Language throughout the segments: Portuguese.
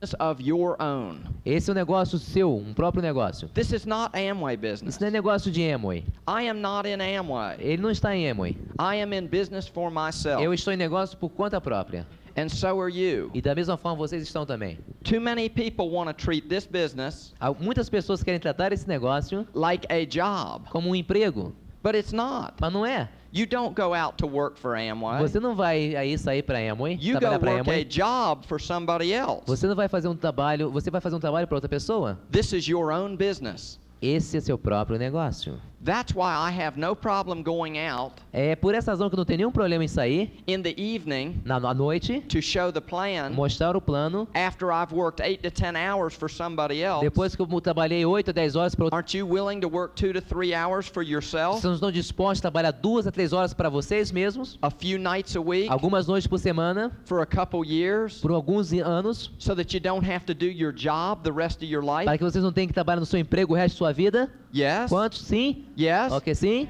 business of your own. Esse é um negócio seu, um próprio negócio. This is not Amway business. Isso não é negócio de Amway. I am not in Amway. Ele não está em Amway. I am in business for myself. Eu estou em negócio por conta própria. And so are you. E da mesma forma vocês estão também. Too many people want to treat this business Há Muitas pessoas querem tratar esse negócio like a job, como um emprego, but it's not. mas não é. You don't go out to work for Amway. Você não vai aí sair para Amway, You go trabalhar para work a Amway. job for somebody else. Você não vai fazer um trabalho, você vai fazer um trabalho para outra pessoa? This is your own business. Esse é seu próprio negócio. That's why I have no problem going out É por essa razão que não tem nenhum problema em sair in the evening na à noite, to show the plan mostrar o plano. after I've worked 8 to 10 hours for somebody else. Depois que eu trabalhei 8 a 10 horas para outra Aren't you willing to work 2 to 3 hours for yourself vocês não estão dispostos a trabalhar duas a três horas para vocês mesmos, a few nights a week algumas noites por semana, for a couple years por alguns anos, so that you don't have to do your job the rest of your para life? que vocês não tenham que trabalhar no seu emprego o resto de sua vida? Yes. Quantos? Sim? Yes. Ok, sim?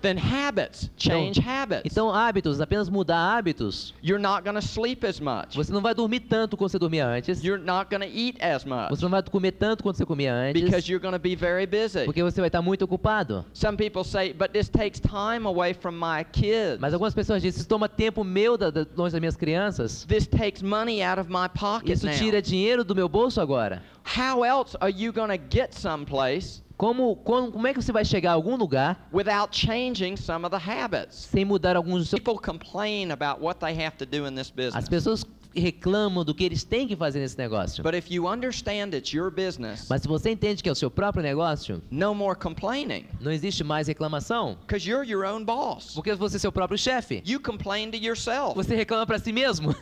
Then habits, change habits. Então, hábitos, apenas mudar hábitos. You're not going to sleep as much. Você não vai dormir tanto quanto você dormia antes. You're not going to eat as much Você não vai comer tanto quanto você comia antes. because you're going to be very busy. Porque você vai estar muito ocupado. Some people say, but this takes time away from my kids. Mas algumas pessoas dizem, isso toma tempo meu da, da, longe das minhas crianças. This takes money out of my pocket Isso now. tira dinheiro do meu bolso agora. How else are you going to get someplace Como, como, como é que você vai chegar a algum lugar without changing some of the habits? sem mudar alguns dos seus... People complain about what they have to do in this As business. pessoas reclamam do que eles têm que fazer nesse negócio. But if you understand it's your business, Mas se você entende que é o seu próprio negócio, no more complaining não existe mais reclamação. because you're your own boss. Porque você é seu próprio chefe. You complain to yourself. Você reclama pra si mesmo.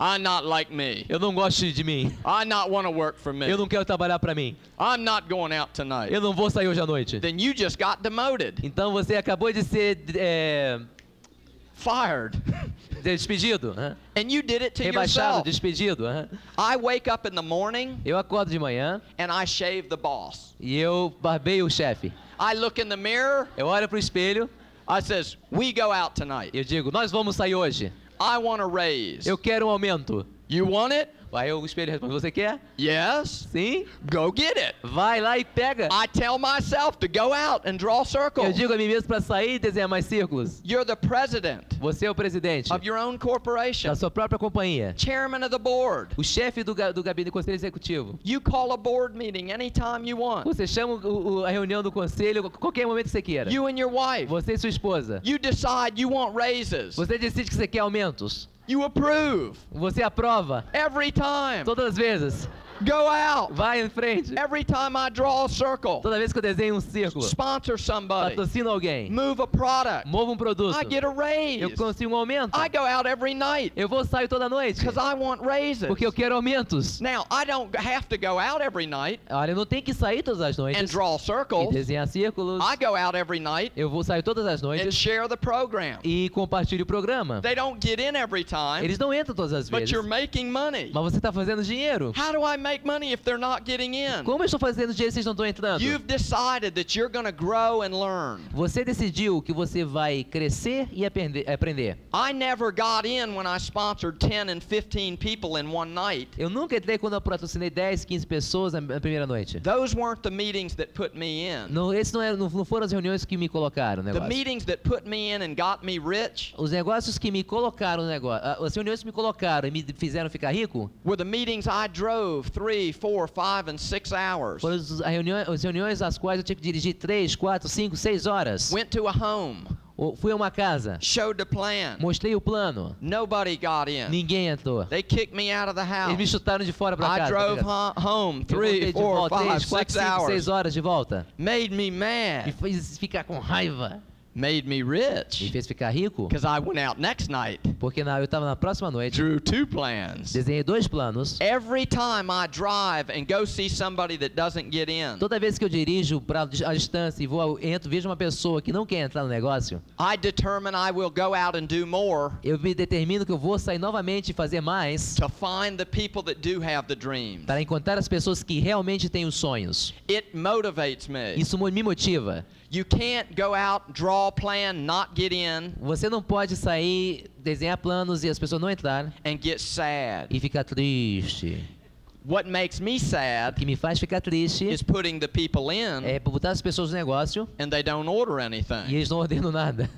I'm not like me. Eu não gosto de mim. I not want to work for me. Eu não quero trabalhar pra mim. I'm not going out tonight. Eu não vou sair hoje à noite. Then you just got demoted, Então você acabou de ser é, fired, despedido, hã? and you did it to rebaixado, yourself. despedido. hã? I wake up in the morning Eu acordo de manhã and I shave the boss. e eu barbeio o chefe. I look in the mirror. Eu olho pro espelho I says, "We go out e tonight. eu digo: Nós vamos sair hoje. I want a raise. Eu quero um aumento. You want it? Aí o espelho responde: Você quer? Yes. Sim. Go get it." Vai lá e pega. I tell myself to go out and draw Eu circles. digo a mim mesmo pra sair e desenhar mais círculos. You're the president Você é o presidente of your own da corporation, sua própria companhia, chairman of the board. o chefe do, ga- do gabinete do conselho executivo. You call a board meeting anytime you want. Você chama o- o- a reunião do conselho a qualquer momento que você queira. You and your wife. Você e sua esposa. You decide you want raises. Você decide que você quer aumentos. You approve Você aprova every time. todas as vezes. Go out Vai em frente. every time I draw a circle. Toda vez que eu desenho um círculo, Sponsor somebody. patrocino alguém, Move a product. mova um produto, I get a eu raise. consigo um aumento. I go out every night Eu vou sair toda noite because I want raises. porque eu quero aumentos. Now, I don't have to go out every night Olha, eu não tenho que sair todas as and noites draw e circles. desenhar círculos. I go out every night Eu vou sair todas as and noites share the program. e compartilho o programa. They don't get in every time, Eles não entram todas as but vezes, you're making money. mas você está fazendo dinheiro. How do I make money if they're not getting in? Como eu estou fazendo dinheiro se eles não estão entrando? You've decided that you're going to grow and learn. Você decidiu que você vai crescer e aprender- aprender. I never got in when I sponsored 10 and 15 people in one night. Eu nunca entrei quando eu patrocinei 10, 15 pessoas na na primeira noite. Those weren't the meetings that put me in. Não, esses não, eram- não- não foram as reuniões que me colocaram no The negócio. meetings that put me in and got me rich Os negócios que me colocaram no negócio, ah, as reuniões que me colocaram e me fizeram ficar rico, were the meetings I drove three, four, five, and six hours. foram as reuniões, as reuniões às quais eu tinha que dirigir 3, 4, 5, 6 horas. Went to a home, Ou Fui a uma casa, showed the plan. mostrei o plano, Nobody got in. ninguém entrou. They kicked me out of the Eles me house. chutaram de fora pra I casa. tá drove ligado? ho- home Eu voltei three, de four, volta, five, 3, 4, six 5, 6 hours. É. horas de volta. Made me Me mad. fez ficar com raiva. Made me Me rich. fez ficar rico, Because I went out next night, porque na, eu tava na próxima noite, drew two plans. desenhei dois planos. Every time I drive and go see somebody that doesn't get in, Toda vez que eu dirijo pra, a distância e vou ao- entro, vejo uma pessoa que não quer entrar no negócio, I determine I will go out and do more eu me determino que eu vou sair novamente e fazer mais to find the people that do have the dreams. para encontrar as pessoas que realmente têm os sonhos. It motivates me. Isso mo- me motiva. You can't go out, draw a plan, not get in, Você não pode sair, desenhar planos e as pessoas não entrarem and get sad. e ficar triste. What makes me O sad que me faz ficar triste is putting the people in é botar as pessoas no negócio and they don't order e anything. eles não ordenam nada.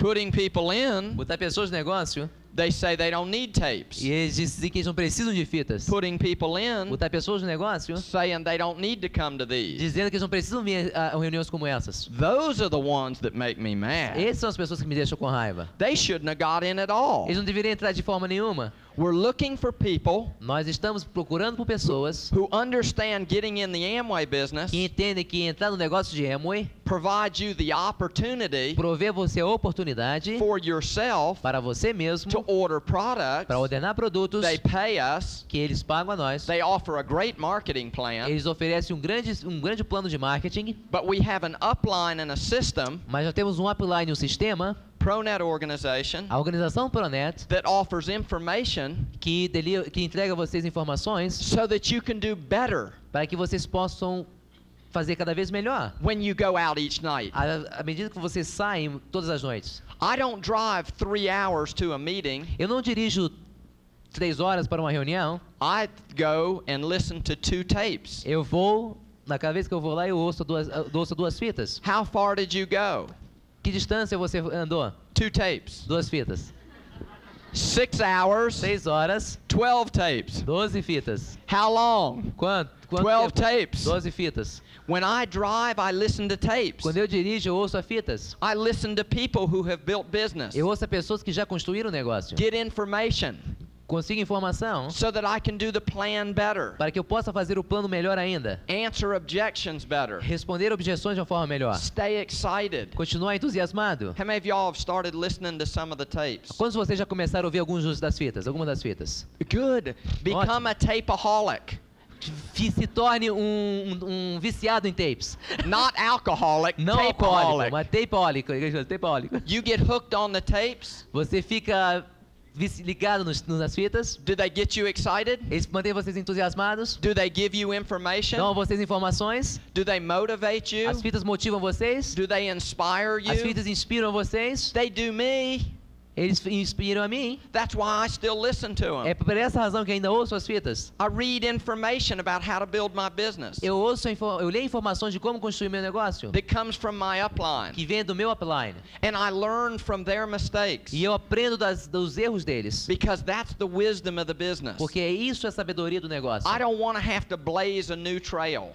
Putting people in, Botar pessoas no negócio they say they don't need tapes. e eles dizem que eles não precisam de fitas. Putting people in, Botar pessoas no negócio saying they don't need to come to these. dizendo que eles não precisam vir a a reuniões como essas. Those are the ones that make me mad. Essas são as pessoas que me deixam com raiva. They shouldn't have got in at all. Eles não deveriam entrar de forma nenhuma. We're looking for people Nós estamos procurando por pessoas who understand getting in the Amway business que entendem que entrar no negócio de Amway provides you the opportunity prover você a oportunidade for yourself para você to mesmo order products. para ordenar produtos They pay us. que eles pagam a nós. They offer a great marketing plan, Eles oferecem um grande, um grande plano de marketing, but we have an upline and a system, mas já temos um upline, um sistema, ProNet organization, a organização Pronet, that offers information que, deli- que entrega a vocês informações so that you can do better para que vocês possam fazer cada vez melhor. when you go out each night. À, à medida que vocês saem todas as noites. I don't drive three hours to a meeting. Eu não dirijo três horas para uma reunião, I go and listen to two tapes. eu vou, na cada vez que eu vou lá, eu ouço duas, eu ouço duas fitas. How far did you go? Que distância você andou? Two tapes. Duas fitas. Six hours, Seis horas, 12 tapes. doze fitas. How long? Quanto? quanto 12 tempo? tapes. Doze fitas. When I drive, I listen to tapes. Quando eu dirijo, eu ouço a fitas. I listen to people who have built business, Eu ouço a pessoas que já construíram o negócio. get information Consigo informação so that I can do the plan better, para que eu possa fazer o plano melhor ainda. answer objections better, Responder objeções de uma forma melhor. stay excited. Continuar entusiasmado. How many of y'all have started listening to some of the tapes? Quantos de vocês já começaram a ouvir alguns dos- das fitas? Algumas das fitas? Good. Become a tapeaholic. Que se torne um, um- um viciado em tapes. Not alcoholic, Não alcoólico, tapeaholic. mas tapeólico. é igreja, tapeólico. You get hooked on the tapes. Você fica vici- ligado nos, nas fitas. Do they get you excited? Eles mantêm vocês entusiasmados. Do they give you information? Dão a vocês informações. Do they motivate you? As fitas motivam vocês. Do they inspire you? As fitas inspiram vocês. They do me. Eles inspiram a mim. That's why I still listen to them. É por essa razão que ainda ouço as fitas. I read information about how to build my business Eu ouço, a info- eu leio informações de como construir meu negócio, that comes from my upline, que vem do meu upline, and I learn from their mistakes e eu aprendo das- dos erros deles, because that's the wisdom of the business. porque é isso a sabedoria do negócio. I don't want to have to blaze a new trail.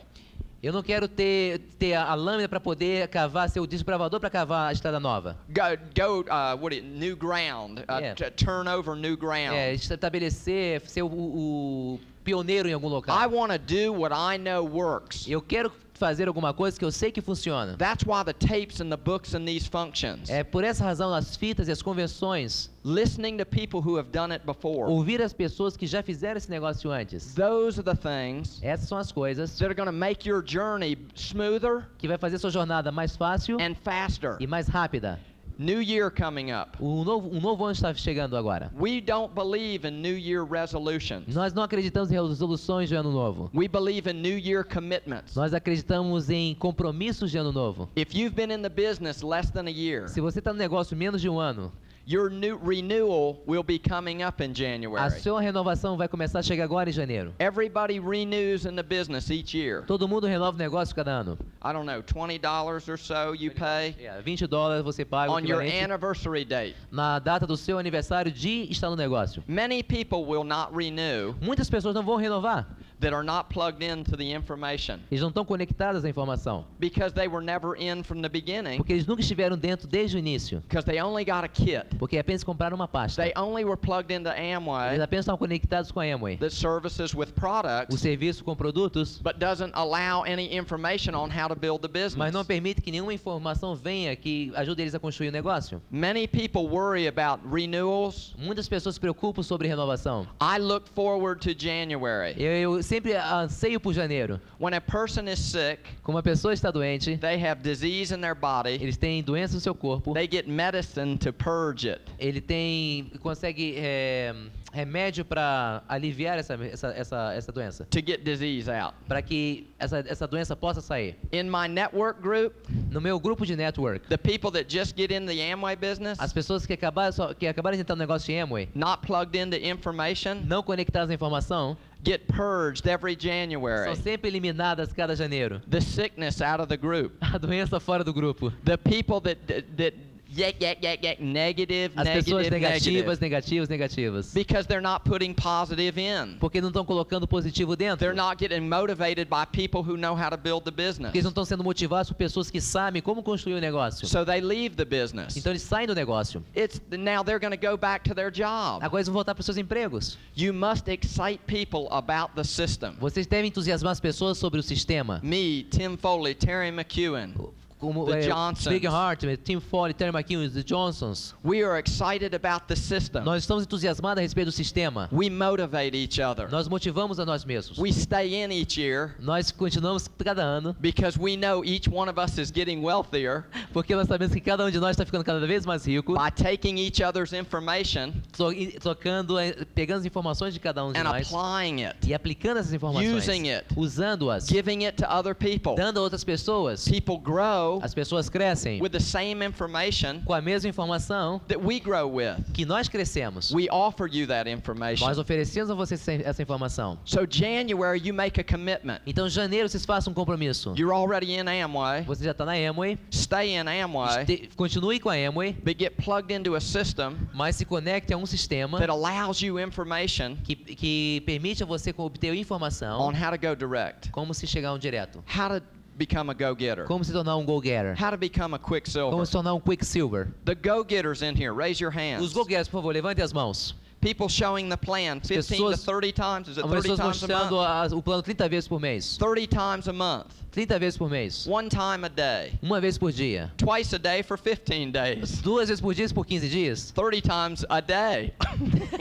Eu não quero ter, ter a a lâmina para poder cavar, ser o desbravador para cavar a estrada nova. Go, go, uh, what? It, new ground. Uh, Yeah. t- turn over new ground. É, estabelecer, ser o, o- o pioneiro em algum I local. want to do what I know works. Eu quero fazer alguma coisa que eu sei que funciona. That's why the tapes and the books and these functions. É por essa razão as fitas e as convenções, Listening to people who have done it before. ouvir as pessoas que já fizeram esse negócio antes. Those are the things Essas são as coisas that are going to make your journey smoother que vai fazer sua jornada mais fácil and faster. e mais rápida. New year coming up. Um novo, um novo ano está chegando agora. We don't believe in New Year resolutions. Nós não acreditamos em resoluções de ano novo. We believe in New Year commitments. Nós acreditamos em compromissos de ano novo. If you've been in the business less than a year, Se você está no negócio menos de um ano, your new renewal will be coming up in a January. sua renovação vai começar a chegar agora em janeiro. Everybody renews in the business each year. Todo mundo renova o negócio cada ano. I don't know, $20 or so you pay É, 20 dólares você paga o on your equivalente anniversary date. na data do seu aniversário de estar no negócio. Many people will not renew Muitas pessoas não vão renovar. that are not plugged into the information Eles não estão conectadas à informação. because they were never in from the beginning Porque eles nunca estiveram dentro desde o início. because they only got a kit. Porque apenas compraram uma pasta. They only were plugged into Amway Eles apenas estão conectados com a Amway. that services with O products serviço com produtos, but doesn't allow any information on how to build the mas não business. permite que nenhuma informação venha que ajude eles a construir o negócio. Many people worry about renewals. Muitas pessoas se preocupam sobre renovação. I look forward to January. Eu, eu sempre anseio por janeiro. When a person is sick, Quando uma pessoa está doente, they have disease in their body, eles têm doença no seu corpo, they get medicine to purge budget. Ele tem, consegue é, remédio para aliviar essa, essa, essa, essa doença, to get disease out. para que essa, essa doença possa sair. In my network group, No meu grupo de network, the people that just get into the Amway business, as pessoas que acabaram, só- que acabaram de entrar no negócio de Amway, not plugged into information, não conectadas à informação, get purged every são January. sempre eliminadas cada janeiro. The sickness out of the group. A doença fora do grupo. The people that that, that yak yak yak yak negative As pessoas negative negativas, negative negativas, negativas. because they're not putting positive in. Porque não estão colocando positivo dentro. They're not getting motivated by people who know how to build the business. Porque eles não estão sendo motivados por pessoas que sabem como construir o negócio. So they leave the business. Então eles saem do negócio. It's now they're going to go back to their job. Agora eles vão voltar para os seus empregos. You must excite people about the system. Vocês devem entusiasmar as pessoas sobre o sistema. Me, Tim Foley, Terry McEwen. Como Mm. The eh, Johnsons. Big Heart, eh, Tim Foley, Terry McKinnon, The Johnsons. We are excited about the system. Nós estamos entusiasmados a respeito do sistema. We motivate each other. Nós motivamos a nós mesmos. We stay in each year Nós continuamos cada ano, because we know each one of us is getting wealthier porque nós sabemos que cada um de nós está ficando cada vez mais rico, by taking each other's information tro- e- trocando, eh, pegando as informações de cada um de and nós applying it, e aplicando essas informações, Using it. usando-as, giving it to other people. dando a outras pessoas. People grow As pessoas crescem with the same information com a mesma informação that we grow with. que nós crescemos. We offer you that information. Nós oferecemos a vocês essa- essa informação. So January, you make a commitment. Então, em janeiro, vocês façam um compromisso. You're already in Amway. Você já está na Amway. Stay in Amway, este- Continue com a Amway, but get plugged into a system mas se conecte a um sistema that allows you information que, que permite a você co- obter on informação how to go direct, como se chegar a um direto, how to become a go-getter, como se tornar um go-getter, how to become a como quicksilver. se tornar um quicksilver. The go-getters in here, raise your Os hands. go-getters, por favor, levantem as mãos. People showing the plan 15 to pessoas- 30 times. Is it As 30 pessoas times a mostrando month? as- o plano 30 vezes por mês. 30 times a month, 30 vezes por mês. one time a day, Uma vez por dia. twice a day for 15 days, Duas vezes por dia por 15 dias. 30 times a day.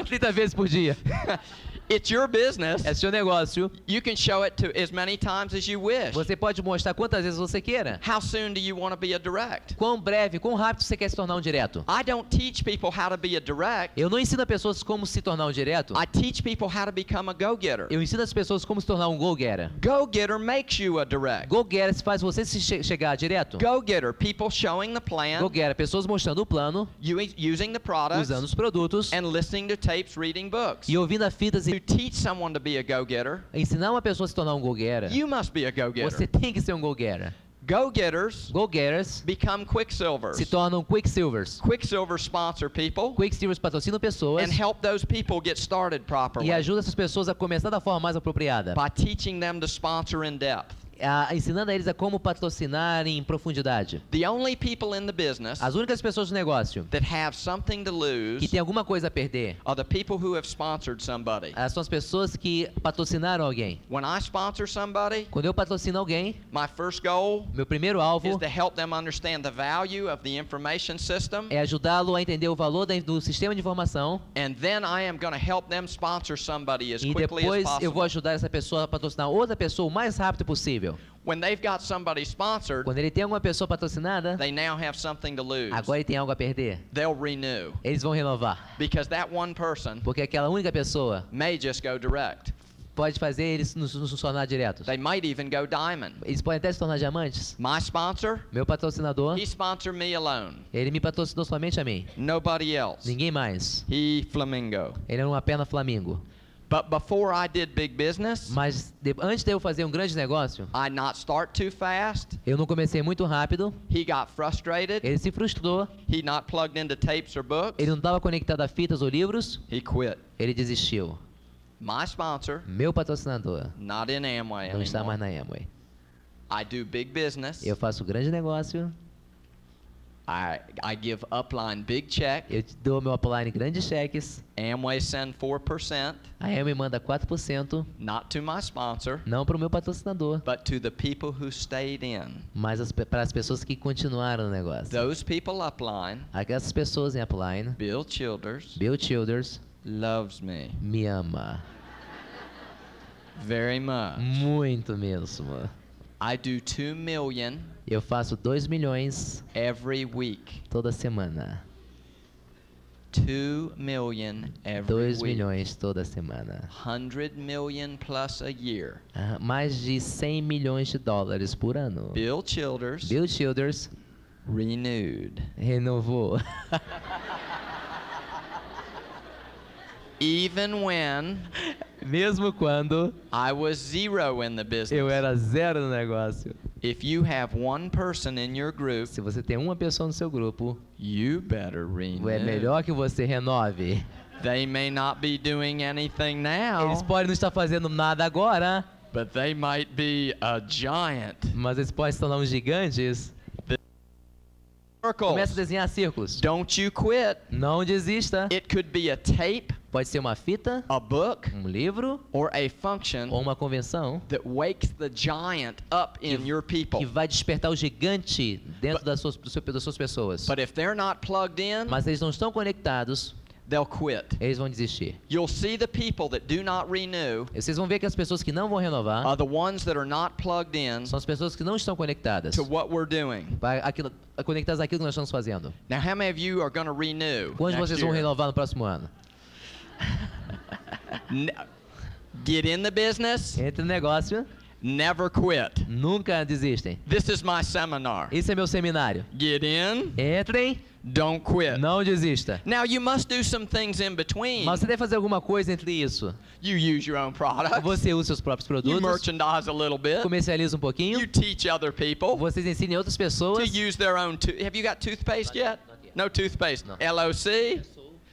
30 vezes por dia. it's your business. É seu negócio. You can show it to as many times as you wish. Você pode mostrar quantas vezes você queira. How soon do you want to be a direct? Quão breve, quão rápido você quer se tornar um direto? I don't teach people how to be a direct. Eu não ensino a pessoas como se tornar um direto. I teach people how to become a go-getter. Eu ensino as pessoas como se tornar um go-getter. Go-getter makes you a direct. Go-getter se faz você se che- chegar direto. Go-getter, people showing the plan, Go-getter, pessoas mostrando o plano, u- using the products, usando os produtos and listening to tapes, reading books. e ouvindo a fitas To e teach someone to be a go-getter, ensinar uma pessoa a se tornar um go-getter. you must be a Você go-getter. tem que ser um go-getter. Go-getters Go-getters become quicksilvers. se tornam quicksilvers. Quicksilver sponsor people Quicksilvers patrocinam pessoas and help those people get started properly e ajudam essas pessoas a começar da forma mais apropriada, by teaching them to sponsor in depth. a- ensinando a eles a como patrocinar em profundidade. The only people in the business As únicas pessoas do negócio that have something to que lose tem alguma coisa a perder are the people who have sponsored somebody. ah, são as pessoas que patrocinaram alguém. When I sponsor somebody, Quando eu patrocino alguém, my first goal meu primeiro is alvo to help them understand the value of the information system, é ajudá-lo a entender o valor da- do sistema de informação and then I am going to help them sponsor somebody as e quickly as depois eu vou possible. ajudar essa pessoa a patrocinar outra pessoa o mais rápido possível. When they've got somebody sponsored, Quando ele tem alguma pessoa patrocinada, they now have something to lose. agora ele Eh. tem algo a perder. They'll renew Eles vão renovar, because that one person porque aquela única pessoa may just go direct. pode fazer eles nos, nos tornar diretos. They might even go diamond. Eles podem até se tornar diamantes. My sponsor, Meu patrocinador, he sponsored me alone, ele me patrocinou somente a mim, nobody else. ninguém mais. He flamingo. Ele era uma perna flamingo. But before I did big business, Mas de- antes de eu fazer um grande negócio, I not start too fast. eu não comecei muito rápido. He got frustrated. Ele se frustrou. He not plugged into tapes or books. Ele não estava conectado a fitas ou livros. He quit. Ele desistiu. My sponsor, Meu patrocinador not in Amway não está mais anymore. na Amway. I do big business. Eu faço um grande negócio. I I give upline big check. Eu te dou meu upline grandes cheques. Amway send four percent, A Amway manda 4%. not to my sponsor, Não para o meu patrocinador, but to the people who stayed in. mas para as pessoas que continuaram o negócio. Those people upline, Aquelas pessoas em upline. Bill Childers, Bill Childers loves me me ama. very much. Muito mesmo. I do two million Eu faço 2 milhões every week. toda semana. Two million every 2 week. milhões toda semana. Hundred million plus a year. Ah, mais de 100 milhões de dólares por ano. Bill Childers Bill Childers renewed. renovou. Even when Mesmo quando I was zero in the business. eu era zero no negócio. If you have one person in your group, Se você tem uma pessoa no seu grupo, you better renew. é melhor que você renove. They may not be doing anything now, Eles podem não estar fazendo nada agora, but they might be a giant. mas eles podem se tornar uns gigantes. Circles. Começa a desenhar círculos. Don't you quit. Não desista. It could be a tape, Pode ser uma fita, a book, um livro or a function ou uma convenção that wakes the giant up in your que people. vai despertar o gigante dentro das suas, do seu- das suas pessoas. But if they're not plugged in, Mas eles não estão conectados, they'll quit. eles vão desistir. You'll see the people that do not renew E Vocês vão ver que as pessoas que não vão renovar are the ones that are not plugged in são as pessoas que não estão conectadas. to what we're doing. Vai aquilo, conectadas àquilo que nós estamos fazendo. Now, how many of you are going to renew? Quantos de next vocês vão year? renovar no próximo ano? Ne- Get in the business, Entre no negócio, never quit. nunca desistem. This is my seminar. Esse é meu seminário. Get in, Entrem, don't quit. não desista. Now, you must do some things in between. Mas você deve fazer alguma coisa entre isso. You use your own products, Você usa seus próprios you produtos, merchandise a little bit, comercializa um you pouquinho, teach other people vocês ensinem outras to pessoas. use their own. To- Have you got toothpaste yet? No toothpaste. No. LOC,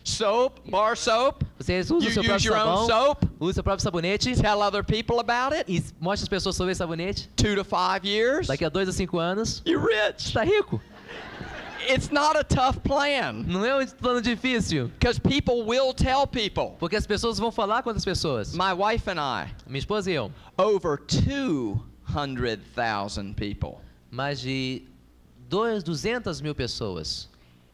soap, bar soap. Vocês You usam seu use your próprio own sabão, soap, usa seu próprio sabonete, tell other people about it. e mostra as pessoas sobre esse sabonete. Two to five years, Daqui a dois a cinco anos, you're rich. está rico. It's not a tough plan Não é um plano difícil, because people will tell people. porque as pessoas vão falar com outras pessoas. My wife and I, Minha esposa e eu, over 200,000 people. mais de dois, 200 mil pessoas,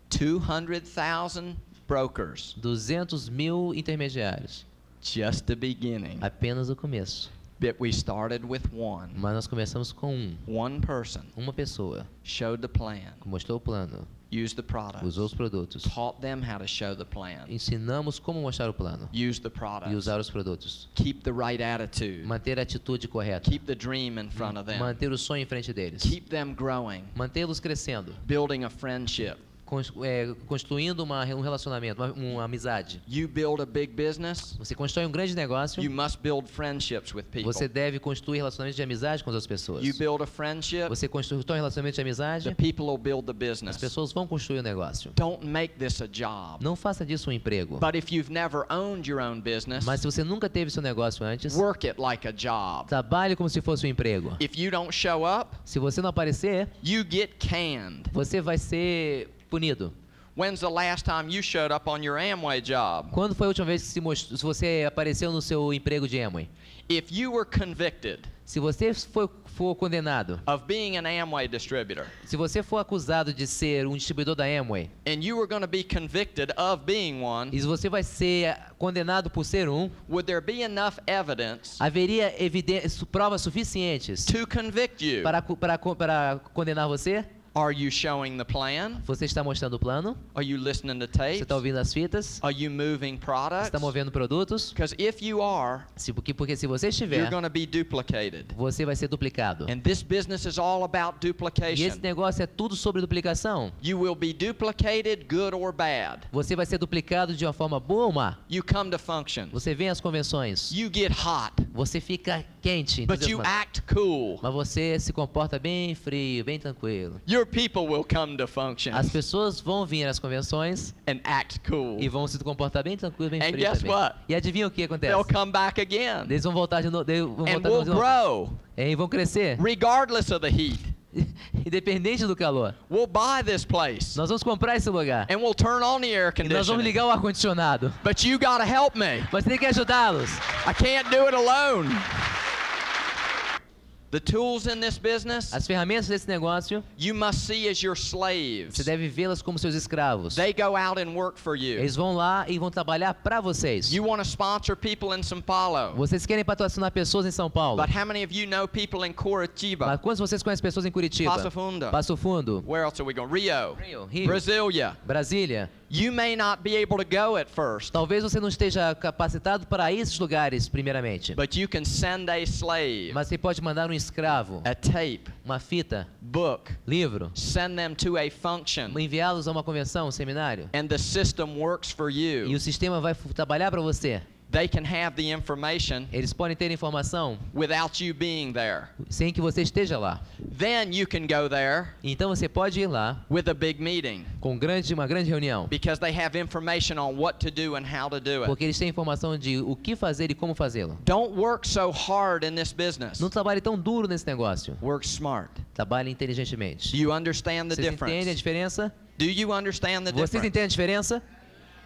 200,000 brokers. 200 mil intermediários. Just the beginning. Apenas o começo. But we started with one. Mas nós começamos com um, One person uma pessoa showed the plan, que mostrou o plano, used the product, usou os produtos, taught them how to show the plan, ensinamos como mostrar o plano use the e product, usar os produtos. keep the right attitude, Manter a atitude correta, keep the dream in front of them, manter o sonho em frente deles, keep them growing, mantê-los crescendo, building a friendship. cons- é, construindo uma, re- um relacionamento, uma, uma amizade. You build a big business, Você constrói um grande negócio, you must build friendships with people. você deve construir relacionamentos de amizade com as outras pessoas. You build a friendship, Você constru- constrói um relacionamento de the amizade, people will build the as business. pessoas vão construir o negócio. Don't make this a job. Não faça disso um emprego. But if you've never owned your own business, Mas se você nunca teve seu negócio antes, work it like a job. trabalhe como se fosse um emprego. If you don't show up, Se você não aparecer, you get canned. você vai ser punido. When's the last time you showed up on your Amway job? Quando foi a última vez que se mostrou- se você apareceu no seu emprego de Amway? If you were convicted Se você for, for condenado, of being an Amway distributor se você for acusado de ser um distribuidor da Amway, and you were going to be convicted of being one, E se você vai ser condenado por ser um, would there be enough evidence haveria eviden- su- provas suficientes to convict you? para, co- para, co- para condenar você? Are you showing the plan? Você está mostrando o plano? Are you listening to Você tapes? está ouvindo as fitas? Are you moving Você products? está movendo produtos? Because if you are, Se, porque, porque se você you're estiver, going to be duplicated. você vai ser duplicado. And this business is all about E esse duplication. negócio é tudo sobre duplicação. You will be duplicated, good or bad. Você vai ser duplicado de uma forma boa ou má. You come to functions. Você vem às convenções. You get hot, Você fica quente, but you entusiasmado. act cool. mas você se comporta bem frio, bem tranquilo. Your people will come to As functions pessoas vão vir às convenções and act cool. E vão se comportar bem tranquilo, bem And frio guess também. what? E adivinha o que acontece? They'll come back again. Eles vão voltar de novo. Vão And voltar we'll de novo. grow É, E vão crescer. regardless of the heat. Independente do calor. We'll buy this place Nós vamos comprar esse lugar. and we'll turn on the air E nós conditioning. vamos ligar o ar-condicionado. But you got to help me. Mas tem que ajudá-los. I can't do it alone. The tools in this business As ferramentas desse negócio, you must see as your você slaves. deve vê-las como seus escravos. They go out and work for you. Eles vão lá e vão trabalhar pra vocês. You want to sponsor people in São Paulo, Vocês querem patrocinar pessoas em São Paulo. but how many of you know people in Mas Curitiba, quantos de vocês conhecem pessoas em Curitiba? Passo Fundo? Passo Fundo. Where else are we going? Rio, Rio. Rio. Brasilia. Brasília. you may not be able to go at first, Talvez você não esteja capacitado para esses lugares, primeiramente. but you can send a slave, Mas você pode mandar um escravo, a tape, uma fita, book, livro, send them to a function, enviá-los a uma convenção, um seminário. and the system works for E you. o sistema vai fu- trabalhar para você. They can have the information Eles podem ter informação without you being there. sem que você esteja lá. Then you can go there Então você pode ir lá with a big meeting com grande, uma grande reunião. because they have information on what to do and how to do it. Porque eles têm informação de o que fazer e como fazê-lo. Don't work so hard in this business. Não trabalhe tão duro nesse negócio. Work smart. Trabalhe Do inteligentemente. you understand the Vocês entendem a difference? diferença? Do you understand the Vocês difference? entendem a diferença?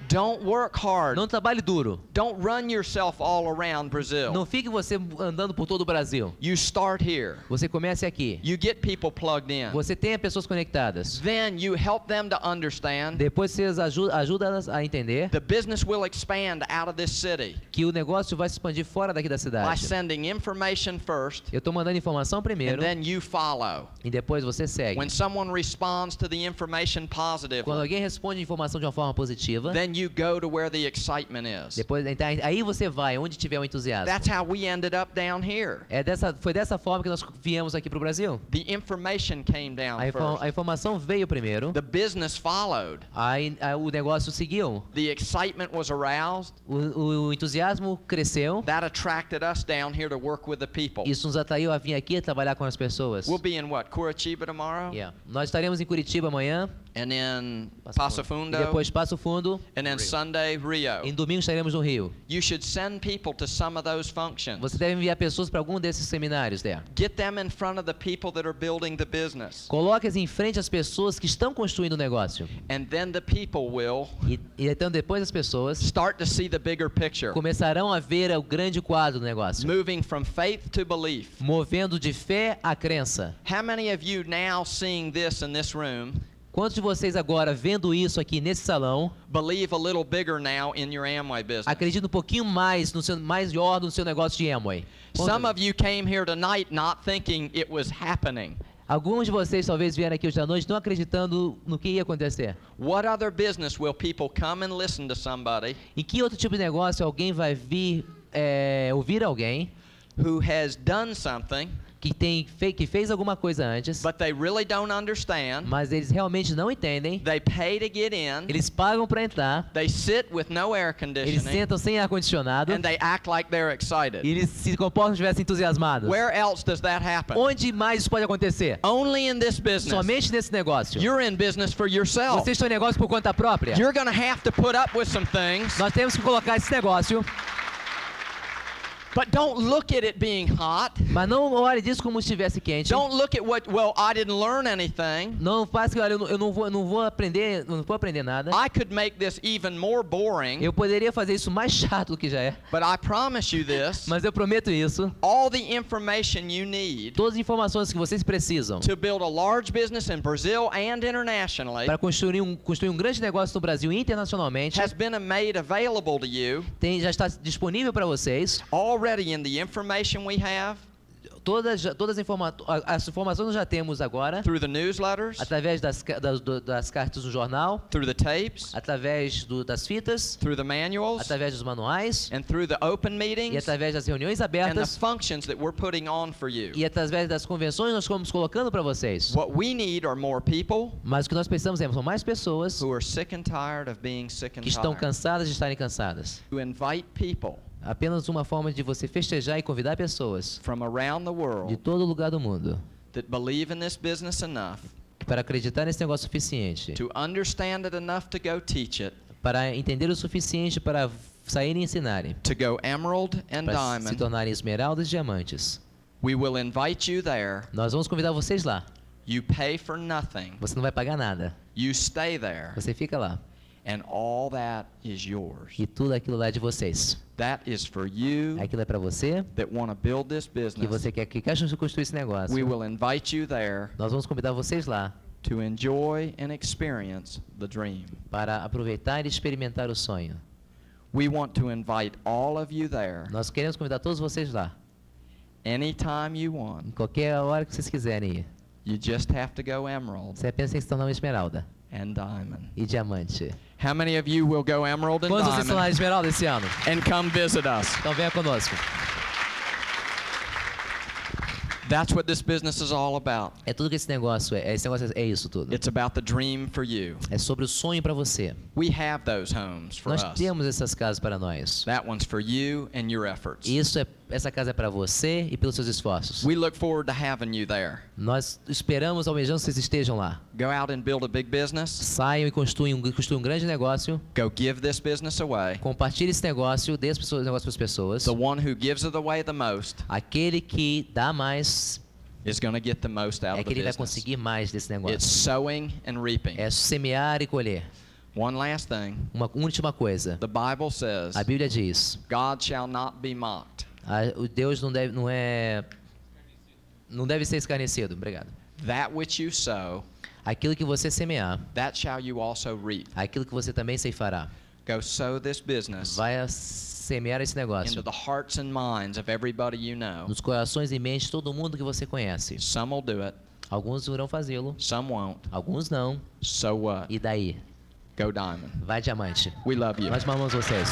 Don't work hard. Não trabalhe duro. Don't run yourself all around Não Brazil. fique você andando por todo o Brasil. You start here. Você comece aqui. You get people plugged in. Você tenha pessoas conectadas. Then you help them to understand Depois você ajuda, ajuda elas a entender the business will expand out of this city que o negócio vai se expandir fora daqui da by cidade. sending information first Eu estou mandando informação é- and primeiro then you follow. e depois você segue. When someone responds to the information Quando positively, alguém responde a informação de uma forma positiva, then you go to where the excitement is. depois então, aí você vai onde tiver o entusiasmo. That's how we ended up down here. É dessa, foi dessa forma que nós viemos aqui para o Brasil. The information came down A, info- first. a informação veio primeiro, The business followed. aí aí o negócio seguiu. The excitement was aroused. O, o- o entusiasmo cresceu. That attracted us down here to work with the people. Isso nos atraiu a vir aqui trabalhar com as pessoas. We'll be in what, Curitiba tomorrow? Yeah. Nós estaremos em Curitiba amanhã. And then Passo Paso Fundo. E Fundo. depois Passo Fundo. and then Sunday, Rio. Em domingo estaremos no Rio. You should send people to some of those functions. Você deve enviar pessoas para algum desses seminários, Dé. Get them in front of the people that are building the business. Coloque-as em frente às pessoas que estão construindo o negócio. And then the people will E, e então depois as pessoas start to see the bigger picture. começarão a ver o grande quadro do negócio. Moving from faith to belief. Movendo de fé à crença. How many of you now seeing this in this room Quantos de vocês agora, vendo isso aqui nesse salão, believe a little bigger now in your Amway business? acreditam um pouquinho mais no seu, mais de ordem no seu negócio de Amway? Quantos- Some of you came here tonight not thinking it was happening. Alguns de vocês talvez vieram aqui hoje à noite não acreditando no que ia acontecer. What other business will people come and listen to somebody Em que outro tipo de negócio alguém vai vir é, ouvir alguém who has done something, que, tem, fe- que fez alguma coisa antes, but they really don't understand? mas eles realmente não entendem, They pay to get in, eles pagam para entrar, they sit with no air eles conditioning, sentam sem ar-condicionado and they act like they're e excited. eles se comportam como se estivessem entusiasmados. Where else does that happen? Onde mais isso pode acontecer? Only in this business. Somente nesse negócio. You're in business for yourself. Vocês estão em negócio por conta própria. You're going to have to put up with some things, Nós temos que colocar esse negócio, but don't look at it being hot. mas não olhe disso como se estivesse quente. Don't look at what, well, I didn't learn anything. Não faça que, olha, eu não, eu não vou, eu não vou aprender, eu não vou aprender nada. I could make this even more boring, Eu poderia fazer isso mais chato do que já é, but I promise you this. mas eu prometo isso. All the information you need Todas as informações que vocês precisam to build a large business in Brazil and internationally para construir um, construir um grande negócio no Brasil e internacionalmente has been made available to you tem, já está disponível para vocês. already in the information we have Todas, já- todas as, informa a- as informações nós já temos agora, through the newsletters, através das, ca- das, do- das cartas do jornal, through the tapes, através do, das fitas, through the manuals, através dos manuais and through the open e meetings através das reuniões and the abertas functions that we're putting on for you. e através das convenções nós estamos colocando para vocês. What we need are more people Mas o que nós precisamos é, são mais pessoas who are sick and tired of being sick and que estão tired. cansadas de estarem cansadas. To invite people Apenas uma forma de você festejar e convidar pessoas from around the de world todo lugar do mundo that believe in this business enough para acreditar nesse negócio suficiente, to understand it enough to go teach it, para entender o suficiente para saírem e ensinarem, to go emerald and para se diamond. tornarem esmeraldas e diamantes. We will invite you there. Nós vamos convidar vocês lá. You pay for nothing. Você não vai pagar nada. You stay there. Você fica lá. And all that is yours. E tudo aquilo lá é de vocês. That is for you Aquilo é para você that want to build this e business. você quer que cada um construa esse negócio. We will invite you there Nós vamos convidar vocês lá to enjoy and experience the dream. para aproveitar e experimentar o sonho. We want to invite all of you there Nós queremos convidar todos vocês lá. anytime you Em want. qualquer hora que vocês quiserem ir. You just have to go emerald Você apenas tem que se tornar uma esmeralda and diamond. e diamante. How many of you will go Emerald and Quantos vocês estão lá Diamond em Esmeralda esse ano? and come visit us? Então venha conosco. That's what this business is all about. É tudo que esse negócio é. Esse negócio é é isso tudo. It's about the dream for you. É sobre o sonho para você. We have those homes for Nós us. temos essas casas para nós. That one's for you and your efforts. Isso é, essa casa é para você e pelos seus esforços. We look forward to having you there. Nós esperamos, almejamos que vocês estejam lá. Go out and build a big business. Saiam e construam, um- construam um grande negócio. Go give this business away. Compartilhe esse negócio, dê esse negócio para as pessoas. The one who gives it away the most Aquele que dá mais is going to get the most out é of the aquele que vai business. conseguir mais desse It's negócio. sowing and reaping. É semear e colher. One last thing. Uma última coisa. The Bible says, A Bíblia diz: God shall not be mocked. a- o Deus não deve, não é, não deve ser escarnecido. Obrigado. That which you sow, Aquilo que você semear, that shall you also reap. aquilo que você também ceifará. Go sow this business Vai a- semear esse into negócio the hearts and minds of everybody you know. nos corações e mentes de todo mundo que você conhece. Some will do it, Alguns irão fazê-lo, some won't. alguns não. So what? E daí? Go Diamond. Vai diamante. We love you. Nós mamamos vocês.